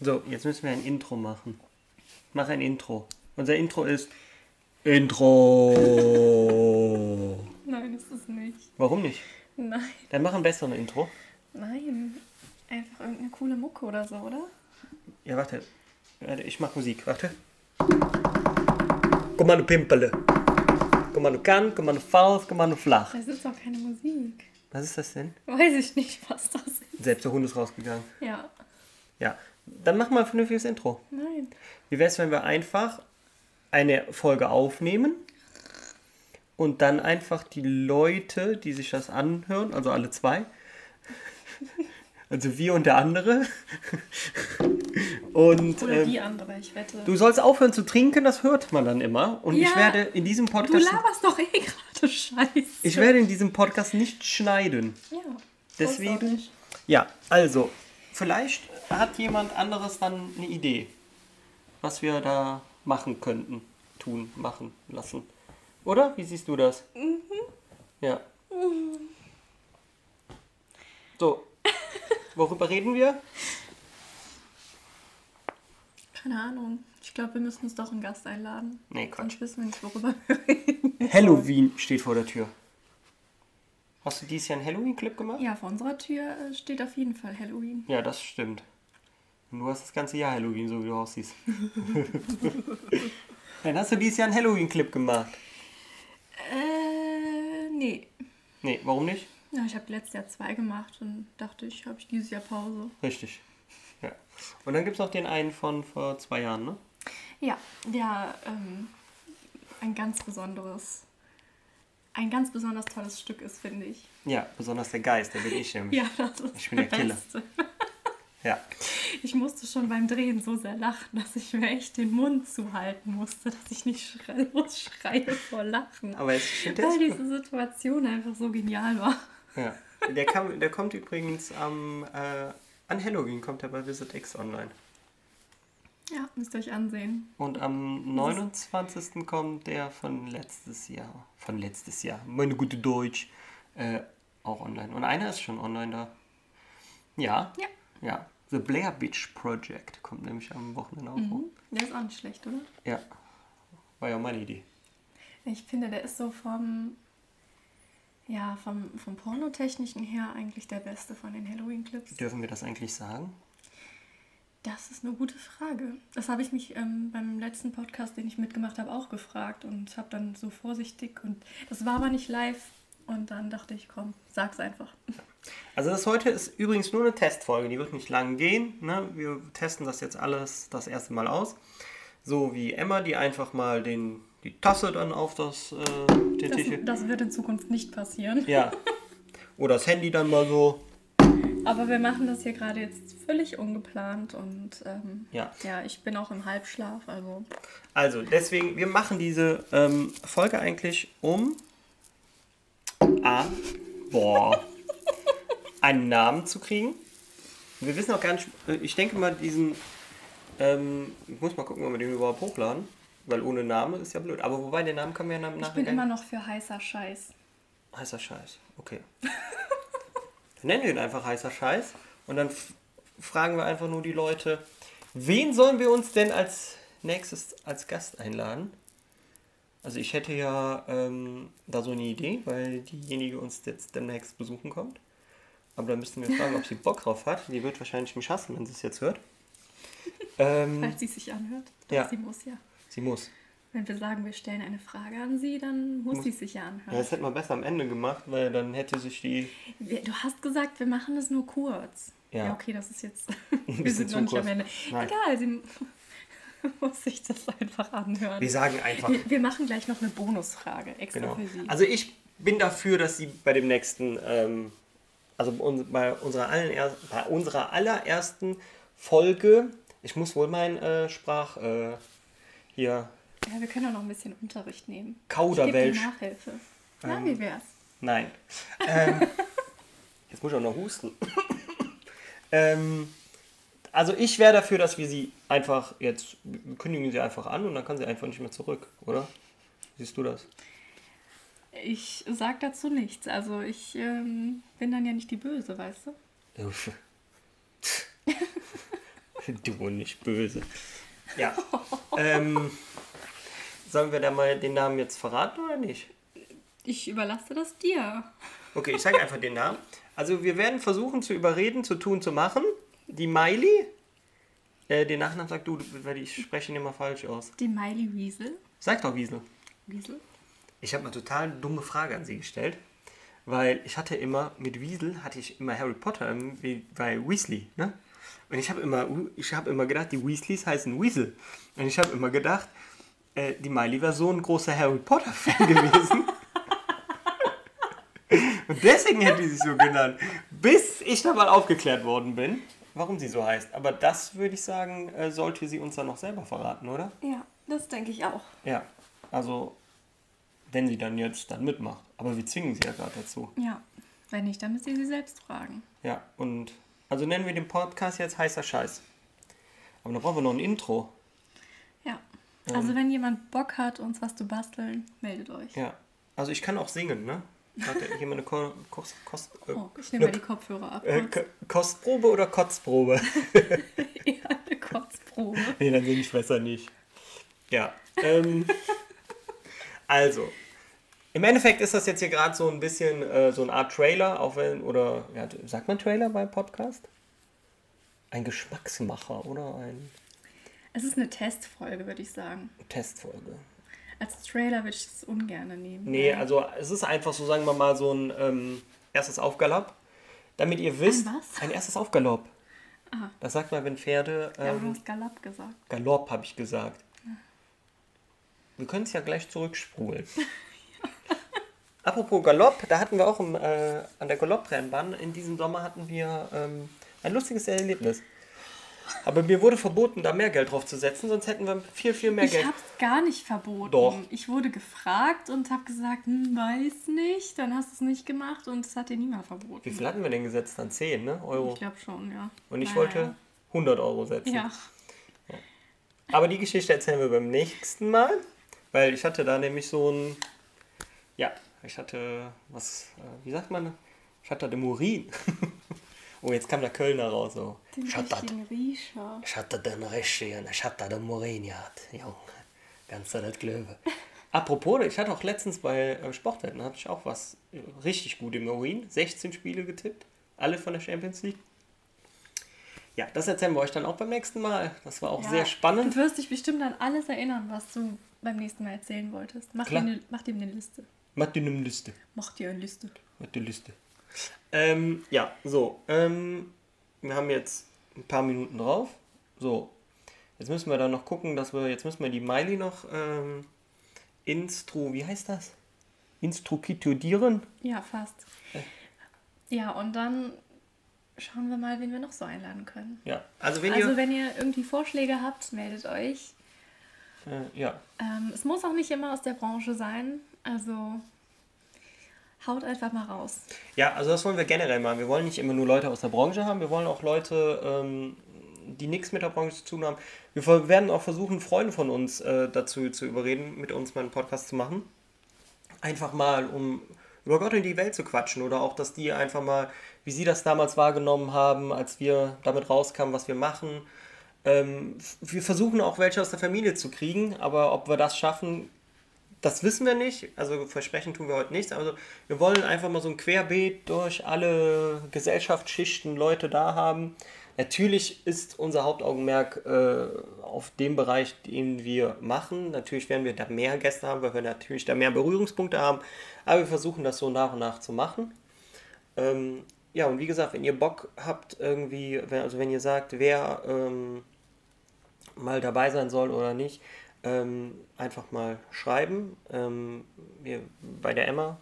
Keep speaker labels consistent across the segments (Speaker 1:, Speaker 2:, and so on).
Speaker 1: So, jetzt müssen wir ein Intro machen. Mach ein Intro. Unser Intro ist Intro.
Speaker 2: Nein, ist es nicht.
Speaker 1: Warum nicht?
Speaker 2: Nein,
Speaker 1: Dann mach ein besseres Intro.
Speaker 2: nein. Einfach irgendeine coole Mucke oder so, oder?
Speaker 1: Ja, warte. Warte, ich mach Musik. Warte. Guck mal, du Pimpele. Guck mal, du Kant, guck mal, du Faust, guck mal, du Flach.
Speaker 2: Das ist doch keine Musik.
Speaker 1: Was ist das denn?
Speaker 2: Weiß ich nicht, was das ist.
Speaker 1: Selbst der Hund ist rausgegangen.
Speaker 2: Ja,
Speaker 1: Ja. Dann mach mal ein vernünftiges Intro.
Speaker 2: nein.
Speaker 1: Wie wäre es, wenn wir einfach eine Folge aufnehmen und dann einfach die Leute, die sich das anhören, also alle zwei, also wir und der andere, und
Speaker 2: Oder
Speaker 1: ähm,
Speaker 2: die andere, ich wette.
Speaker 1: du sollst aufhören zu trinken, das hört man dann immer. Und ich
Speaker 2: Ja.
Speaker 1: werde in diesem
Speaker 2: Du
Speaker 1: Podcast,
Speaker 2: laberst doch eh gerade Scheiße.
Speaker 1: ich werde in diesem Podcast nicht schneiden.
Speaker 2: Ja.
Speaker 1: Deswegen-
Speaker 2: Weiß auch nicht.
Speaker 1: Ja, also vielleicht hat jemand anderes dann eine Idee, was wir da machen könnten, tun, machen lassen. Oder? Wie siehst du das? Mhm. Ja. So, worüber reden wir?
Speaker 2: Keine Ahnung. Ich glaube, wir müssen uns doch einen Gast einladen.
Speaker 1: Nee, Quatsch.
Speaker 2: Sonst wissen wir nicht, worüber wir reden.
Speaker 1: Halloween steht vor der Tür. Hast du dieses Jahr einen Halloween-Clip gemacht?
Speaker 2: Ja, vor unserer Tür äh, steht auf jeden Fall Halloween.
Speaker 1: Ja, das stimmt. Und du hast das ganze Jahr Halloween, so wie du aussiehst. Dann hast du dieses Jahr einen Halloween-Clip gemacht.
Speaker 2: Äh, nee.
Speaker 1: Nee, warum nicht?
Speaker 2: Ja, ich habe letztes Jahr zwei gemacht und dachte, ich habe ich dieses Jahr Pause.
Speaker 1: Richtig. Ja. Und dann gibt es noch den einen von vor zwei Jahren, ne?
Speaker 2: Ja, der ähm, ein ganz besonderes, ein ganz besonders tolles Stück ist, finde ich.
Speaker 1: Ja, besonders der Geist, der bin ich nämlich.
Speaker 2: Ja, das ist
Speaker 1: Ich bin der Killer.
Speaker 2: Beste.
Speaker 1: Ja.
Speaker 2: Ich musste schon beim Drehen so sehr lachen, dass ich mir echt den Mund zuhalten musste, dass ich nicht schreie, schreie vor Lachen.
Speaker 1: Aber ich finde
Speaker 2: weil
Speaker 1: jetzt.
Speaker 2: diese Situation einfach so genial war.
Speaker 1: Ja. Der, kam, der kommt übrigens am. Äh, an Halloween kommt er bei Visit X online.
Speaker 2: Ja, müsst ihr euch ansehen.
Speaker 1: Und am 29. kommt der von letztes Jahr. Von letztes Jahr. Meine gute Deutsch. Äh, auch online. Und einer ist schon online da. Ja.
Speaker 2: Ja.
Speaker 1: Ja. The Blair Beach Project kommt nämlich am Wochenende auch hoch.
Speaker 2: Der ist auch nicht schlecht, oder?
Speaker 1: Ja. War ja meine Idee.
Speaker 2: Ich finde, der ist so vom, ja, vom, vom Pornotechnischen her eigentlich der beste von den Halloween-Clips.
Speaker 1: Dürfen wir das eigentlich sagen?
Speaker 2: Das ist eine gute Frage. Das habe ich mich ähm, beim letzten Podcast, den ich mitgemacht habe, auch gefragt und habe dann so vorsichtig und das war aber nicht live und dann dachte ich, komm, sag's einfach.
Speaker 1: Also das heute ist übrigens nur eine Testfolge, die wird nicht lang gehen. Ne? Wir testen das jetzt alles das erste Mal aus. So wie Emma, die einfach mal den, die Tasse dann auf das, äh, den
Speaker 2: Das,
Speaker 1: Tisch...
Speaker 2: das wird in Zukunft nicht passieren.
Speaker 1: Ja. Oder das Handy dann mal so.
Speaker 2: Aber wir machen das hier gerade jetzt völlig ungeplant und ähm,
Speaker 1: Ja.
Speaker 2: ja, ich bin auch im Halbschlaf, also
Speaker 1: Also deswegen, wir machen diese ähm, Folge eigentlich um... A. Boah. einen Namen zu kriegen. Wir wissen auch gar nicht, äh, ich denke mal, diesen, ähm, ich muss mal gucken, ob wir den überhaupt hochladen, weil ohne Name ist ja blöd. Aber wobei, der Name kann mir ja
Speaker 2: ich bin
Speaker 1: nachher gar
Speaker 2: immer noch für heißer Scheiß.
Speaker 1: Heißer Scheiß, okay. dann nennen wir ihn einfach heißer Scheiß und dann f- fragen wir einfach nur die Leute, wen sollen wir uns denn als nächstes als Gast einladen? Also ich hätte ja ähm, da so eine Idee, weil diejenige uns jetzt demnächst besuchen kommt. Aber da müssten wir fragen, ob sie Bock drauf hat. Die wird wahrscheinlich mich hassen, wenn sie es jetzt hört. Ähm,
Speaker 2: Falls sie sich anhört,
Speaker 1: Ja.
Speaker 2: sie muss ja.
Speaker 1: sie muss.
Speaker 2: Wenn wir sagen, wir stellen eine Frage an sie, dann muss, sie sich ja
Speaker 1: Ja,
Speaker 2: anhören.
Speaker 1: das hätte man besser am Ende gemacht, weil dann hätte sich die
Speaker 2: Wir- Du hast gesagt, wir machen das nur kurz.
Speaker 1: Ja.
Speaker 2: Ja, okay, das ist jetzt. wir
Speaker 1: bisschen
Speaker 2: sind
Speaker 1: zu
Speaker 2: noch nicht
Speaker 1: kurz.
Speaker 2: am Ende.
Speaker 1: Nein.
Speaker 2: Egal, sie muss sich das einfach anhören.
Speaker 1: Wir sagen einfach.
Speaker 2: Wir, wir machen gleich noch eine Bonusfrage extra
Speaker 1: Genau.
Speaker 2: für sie.
Speaker 1: Also ich bin dafür, dass sie bei dem nächsten, ähm, also un bei, unserer allereer- bei unserer allerersten Folge, ich muss wohl mein äh, Sprach äh, hier,
Speaker 2: ja, wir können auch noch ein bisschen Unterricht nehmen.
Speaker 1: Kauderwelsch.
Speaker 2: Ich geb dir Nachhilfe.
Speaker 1: Ähm.
Speaker 2: Na, wie wär's?
Speaker 1: nein. Ähm, jetzt muss ich auch noch husten. ähm, also ich wäre dafür, dass wir sie einfach jetzt, wir kündigen sie einfach an und dann kann sie einfach nicht mehr zurück, oder? Siehst du das?
Speaker 2: Ich sag dazu nichts. Also ich
Speaker 1: Äh,
Speaker 2: ähm, bin dann ja nicht die Böse, weißt du?
Speaker 1: Uff. Du und nicht böse. Ja. ähm, sollen wir da mal den Namen jetzt verraten oder nicht?
Speaker 2: Ich überlasse das dir.
Speaker 1: Okay, ich sage einfach den Namen. Also wir werden versuchen zu überreden, zu tun, zu machen. Die Miley, äh, den Nachnamen sagt du, du- weil ich spreche ihn immer falsch aus.
Speaker 2: Die Miley Wiesel.
Speaker 1: Sag doch Wiesel.
Speaker 2: Wiesel?
Speaker 1: Ich habe eine total dumme Frage an sie gestellt, weil ich hatte immer, mit Wiesel hatte ich immer Harry Potter im- wie bei Weasley, ne? Und ich habe immer, ich habe immer gedacht, die Weasleys heißen Weasel. Und ich habe immer gedacht, äh, die Miley wäre so ein großer Harry Potter-Fan gewesen. Und deswegen hätte sie sich so genannt. Bis ich da mal aufgeklärt worden bin, warum sie so heißt. Aber das würde ich sagen, äh, sollte sie uns dann noch selber verraten, oder?
Speaker 2: Ja, das denke ich auch.
Speaker 1: Ja, also wenn sie dann jetzt dann mitmacht. Aber wir zwingen sie ja gerade dazu.
Speaker 2: Ja. Wenn nicht, dann müsst ihr sie selbst fragen.
Speaker 1: Ja, und also nennen wir den Podcast jetzt heißer Scheiß. Aber da brauchen wir noch ein Intro.
Speaker 2: Ja.
Speaker 1: Ähm.
Speaker 2: Also wenn jemand Bock hat, uns was zu basteln, meldet euch.
Speaker 1: Ja. Also ich kann auch singen, ne? Hat jemand eine Ko Kost, Kost, äh,
Speaker 2: Oh, ich nehme mal die Kopfhörer ab.
Speaker 1: äh, K- Kostprobe oder Kotzprobe?
Speaker 2: ja, eine Kotzprobe.
Speaker 1: nee, dann singe ich besser nicht. Ja. Ähm, also. Im Endeffekt ist das jetzt hier gerade so ein bisschen äh, so eine Art Trailer, auch wenn, oder ja, sagt man Trailer beim Podcast? Ein Geschmacksmacher oder ein
Speaker 2: Es ist eine Testfolge, würde ich sagen.
Speaker 1: Testfolge.
Speaker 2: Als Trailer würde ich es ungern nehmen.
Speaker 1: Nee,
Speaker 2: Weil-
Speaker 1: also es ist einfach so, sagen wir mal, so ein ähm, erstes Aufgalopp. Damit ihr wisst.
Speaker 2: was?
Speaker 1: Ein erstes Aufgalopp.
Speaker 2: Ah.
Speaker 1: Das sagt man, wenn Pferde.
Speaker 2: Ja, aber du
Speaker 1: Ähm,
Speaker 2: hast Galopp gesagt.
Speaker 1: Galopp, habe ich gesagt. Wir können es ja gleich zurückspulen. Apropos Galopp, da hatten wir auch im, äh, an der Galopprennbahn, in diesem Sommer hatten wir ähm, ein lustiges Erlebnis. Aber mir wurde verboten, da mehr Geld drauf zu setzen, sonst hätten wir viel, viel mehr
Speaker 2: Ich
Speaker 1: Geld.
Speaker 2: hab's gar nicht verboten.
Speaker 1: Doch.
Speaker 2: Ich wurde gefragt und habe gesagt, hm, weiß nicht. Dann hast du es nicht gemacht und es hat dir niemand verboten.
Speaker 1: Wie viel hatten wir denn gesetzt? Dann 10 ne? Euro.
Speaker 2: Ich glaube schon, ja.
Speaker 1: Und ich
Speaker 2: Naja.
Speaker 1: wollte 100 Euro setzen.
Speaker 2: Ja.
Speaker 1: Aber die Geschichte erzählen wir beim nächsten Mal, weil ich hatte da nämlich so ein. Ja, ich hatte was, äh, wie sagt man? Ich hatte den Urin. oh, jetzt kam der Kölner raus. So.
Speaker 2: Den
Speaker 1: Ich hatte
Speaker 2: richtigen Riecher.
Speaker 1: ich hatte den richtigen, ich hatte den Urin gehabt. Junge, ganz das Glöwe. Apropos, ich hatte auch letztens bei äh, Sportwetten, hatte ich auch was äh, richtig gut im Urin. 16 Spiele getippt, alle von der Champions League. Ja, das erzählen wir euch dann auch beim nächsten Mal. Das war auch
Speaker 2: Ja.
Speaker 1: sehr spannend.
Speaker 2: Du wirst dich bestimmt an alles erinnern, was du beim nächsten Mal erzählen wolltest. Mach, dir
Speaker 1: Klar.
Speaker 2: eine, mach dir eine Liste.
Speaker 1: Mach dir eine Liste.
Speaker 2: Mach dir eine Liste.
Speaker 1: Mach dir Liste. Ähm, ja, so. Ähm, wir haben jetzt ein paar Minuten drauf. So. Jetzt müssen wir dann noch gucken, dass wir. Jetzt müssen wir die Miley noch ähm, instru. Wie heißt das? Instrukitudieren?
Speaker 2: Ja, fast. Ja, und dann schauen wir mal, wen wir noch so einladen können.
Speaker 1: Ja. Also, wenn
Speaker 2: Also
Speaker 1: ihr.
Speaker 2: wenn ihr irgendwie Vorschläge habt, meldet euch.
Speaker 1: äh, ja.
Speaker 2: Ähm, es muss auch nicht immer aus der Branche sein. Also haut einfach mal raus.
Speaker 1: Ja, also das wollen wir generell machen. Wir wollen nicht immer nur Leute aus der Branche haben, wir wollen auch Leute, ähm, die nichts mit der Branche zu tun haben. Wir ver- werden auch versuchen, Freunde von uns äh, dazu zu überreden, mit uns mal einen Podcast zu machen. Einfach mal, um über Gott und die Welt zu quatschen oder auch, dass die einfach mal, wie sie das damals wahrgenommen haben, als wir damit rauskamen, was wir machen. Ähm, f- wir versuchen auch welche aus der Familie zu kriegen, aber ob wir das schaffen, das wissen wir nicht, also versprechen tun wir heute nichts, also wir wollen einfach mal so ein Querbeet durch alle Gesellschaftsschichten Leute da haben. Natürlich ist unser Hauptaugenmerk äh, auf dem Bereich, den wir machen. Natürlich werden wir da mehr Gäste haben, weil wir natürlich da mehr Berührungspunkte haben, aber wir versuchen das so nach und nach zu machen. Ähm, ja, und wie gesagt, wenn ihr Bock habt, irgendwie, wenn, also wenn ihr sagt, wer ähm, mal dabei sein soll oder nicht, ähm, einfach mal schreiben. Ähm, wir, bei der Emma.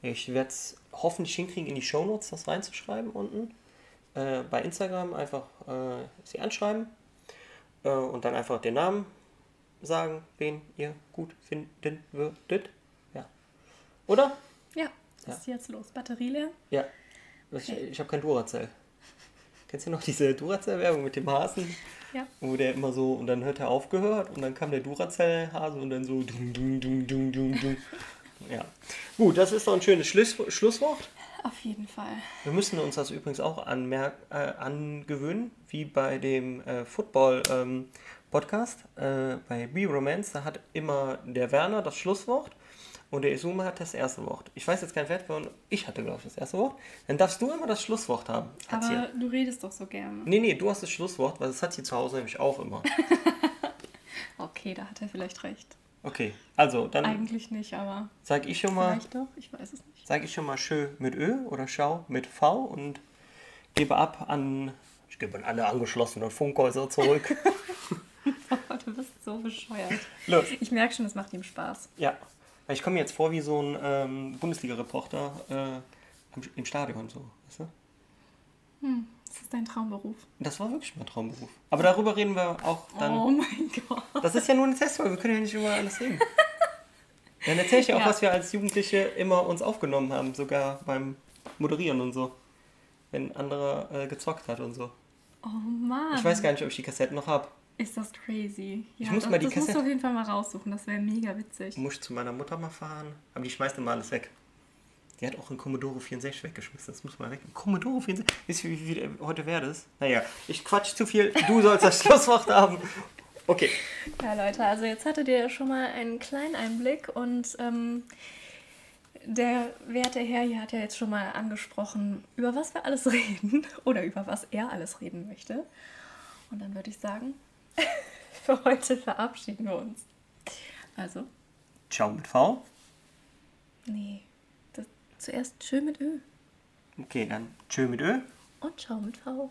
Speaker 1: Ich werde es hoffentlich hinkriegen, in die Shownotes das reinzuschreiben unten. Äh, bei Instagram einfach äh, sie anschreiben äh, und dann einfach den Namen sagen, wen ihr gut finden würdet. Ja. Oder?
Speaker 2: Ja, was ist jetzt los? Batterie leer?
Speaker 1: Ja. Ich, ich habe kein Duracell. Kennst du noch diese Duracell-Werbung mit dem Hasen?
Speaker 2: Ja.
Speaker 1: Wo der immer so, und dann hört er aufgehört und dann kam der Duracell-Hase und dann so dung, dung, dung, dung, dung, dung. Ja. Gut, das ist doch ein schönes Schluss, Schlusswort.
Speaker 2: Auf jeden Fall.
Speaker 1: Wir müssen uns das übrigens auch anmerk äh, angewöhnen, wie bei dem äh, Football-Podcast, äh, bei B-Romance, da hat immer der Werner das Schlusswort und der Isuma hat das erste Wort. Ich weiß jetzt keinen Wert, von ich hatte, glaube ich, das erste Wort. Dann darfst du immer das Schlusswort haben.
Speaker 2: Aber
Speaker 1: Hatzi.
Speaker 2: du redest doch so gerne.
Speaker 1: Nee, nee, du hast das Schlusswort, weil das hat sie zu Hause nämlich auch immer.
Speaker 2: Okay, da hat er vielleicht recht.
Speaker 1: Okay, also dann
Speaker 2: Eigentlich nicht, aber
Speaker 1: sag ich schon mal,
Speaker 2: vielleicht doch. Ich weiß es nicht.
Speaker 1: sag ich schon mal schön mit Ö oder schau mit V und gebe ab an, ich gebe an alle angeschlossenen Funkhäuser zurück.
Speaker 2: Oh, du bist so bescheuert.
Speaker 1: Los.
Speaker 2: Ich merke schon, es macht ihm Spaß.
Speaker 1: Ja, weil ich komme mir jetzt vor wie so ein ähm, Bundesliga-Reporter äh, am- im Stadion so. Weißt du?
Speaker 2: Das ist dein Traumberuf.
Speaker 1: Das war wirklich mein Traumberuf. Aber darüber reden wir auch dann.
Speaker 2: oh mein Gott.
Speaker 1: Das ist ja nur eine Testfolge, wir können ja nicht über alles reden. Dann erzähle ich ja auch,
Speaker 2: Ja.
Speaker 1: was wir als Jugendliche immer uns aufgenommen haben, sogar beim Moderieren und so. Wenn ein anderer äh, gezockt hat und so.
Speaker 2: Oh Mann.
Speaker 1: Ich weiß gar nicht, ob ich die Kassetten noch habe.
Speaker 2: Ist das crazy. Ja,
Speaker 1: muss
Speaker 2: das,
Speaker 1: mal die
Speaker 2: das musst
Speaker 1: Kassette-
Speaker 2: du auf jeden Fall mal raussuchen. Das wäre mega witzig.
Speaker 1: Muss ich zu meiner Mutter mal fahren? Aber die schmeißt immer alles weg. Die hat auch einen Commodore 64 weggeschmissen. Das muss mal weg. Ein Commodore 64. Wisst ihr, wie, wie, wie heute wäre das? Naja, ich quatsch zu viel. Du sollst das Schlusswort haben. Okay.
Speaker 2: Ja, Leute, also jetzt hattet ihr schon mal einen kleinen Einblick und ähm, der werte Herr hier hat ja jetzt schon mal angesprochen, über was wir alles reden oder über was er alles reden möchte. Und dann würde ich sagen, für heute verabschieden wir uns. Also,
Speaker 1: Ciao mit V.
Speaker 2: nee, das, zuerst schön mit Ö
Speaker 1: Okay, dann tschö mit Ö.
Speaker 2: und ciao mit V.